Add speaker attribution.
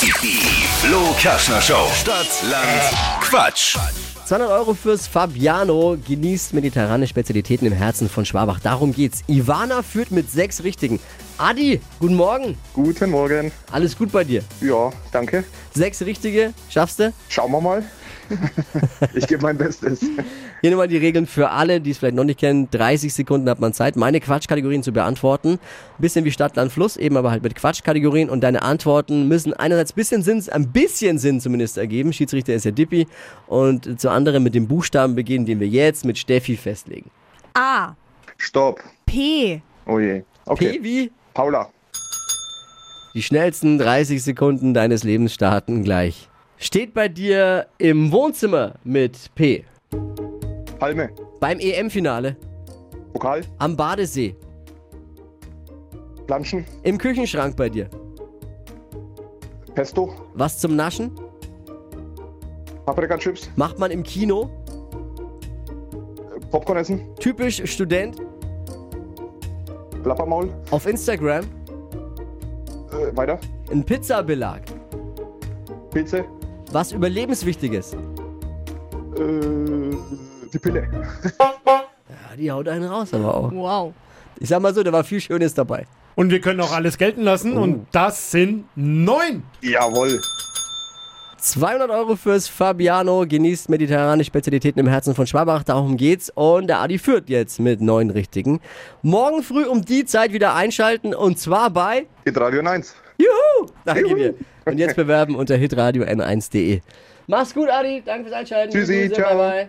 Speaker 1: Die Flo Kaschner Show. Stadt, Land, Quatsch.
Speaker 2: 200 Euro fürs Fabiano genießt mediterrane Spezialitäten im Herzen von Schwabach. Darum geht's. Ivana führt mit sechs Richtigen. Adi, guten Morgen.
Speaker 3: Guten Morgen.
Speaker 2: Alles gut bei dir?
Speaker 3: Ja, danke.
Speaker 2: Sechs Richtige, schaffst du?
Speaker 3: Schauen wir mal. ich gebe mein Bestes.
Speaker 2: Hier nochmal die Regeln für alle, die es vielleicht noch nicht kennen. 30 Sekunden hat man Zeit, meine Quatschkategorien zu beantworten. Bisschen wie Stadt, Land, Fluss, eben aber halt mit Quatschkategorien. Und deine Antworten müssen einerseits bisschen Sinn, ein bisschen Sinn zumindest ergeben. Schiedsrichter ist ja Dippi. Und zu anderen mit dem Buchstaben beginnen, den wir jetzt mit Steffi festlegen.
Speaker 4: A.
Speaker 3: Stopp.
Speaker 4: P.
Speaker 3: Oh je. Okay.
Speaker 2: P wie?
Speaker 3: Paula.
Speaker 2: Die schnellsten 30 Sekunden deines Lebens starten gleich. Steht bei dir im Wohnzimmer mit P.
Speaker 3: Palme.
Speaker 2: Beim EM-Finale,
Speaker 3: Pokal.
Speaker 2: am Badesee,
Speaker 3: Planschen.
Speaker 2: im Küchenschrank bei dir.
Speaker 3: Pesto.
Speaker 2: Was zum Naschen?
Speaker 3: Paprika-Chips.
Speaker 2: Macht man im Kino?
Speaker 3: Popcorn essen.
Speaker 2: Typisch Student
Speaker 3: Plappermaul.
Speaker 2: auf Instagram?
Speaker 3: Äh, weiter.
Speaker 2: Ein Pizzabelag?
Speaker 3: Pilze.
Speaker 2: Was überlebenswichtiges?
Speaker 3: Äh, die Pille.
Speaker 2: Ja, Ah, die haut einen raus, aber auch.
Speaker 4: Wow.
Speaker 2: Ich sag mal so, da war viel Schönes dabei.
Speaker 5: Und wir können auch alles gelten lassen. Und das sind neun.
Speaker 3: Jawohl.
Speaker 2: 200 Euro fürs Fabiano. Genießt mediterrane Spezialitäten im Herzen von Schwabach. Darum geht's. Und der Adi führt jetzt mit neun Richtigen. Morgen früh um die Zeit wieder einschalten. Und zwar bei
Speaker 3: Hit Radio 1.
Speaker 2: Juhu! Danke
Speaker 3: Juhu!
Speaker 2: dir. Und jetzt bewerben unter hitradio n1.de. Mach's gut, Adi. Danke fürs Einschalten.
Speaker 3: Tschüssi,
Speaker 2: Grüße,
Speaker 3: ciao.
Speaker 2: Bye, bye.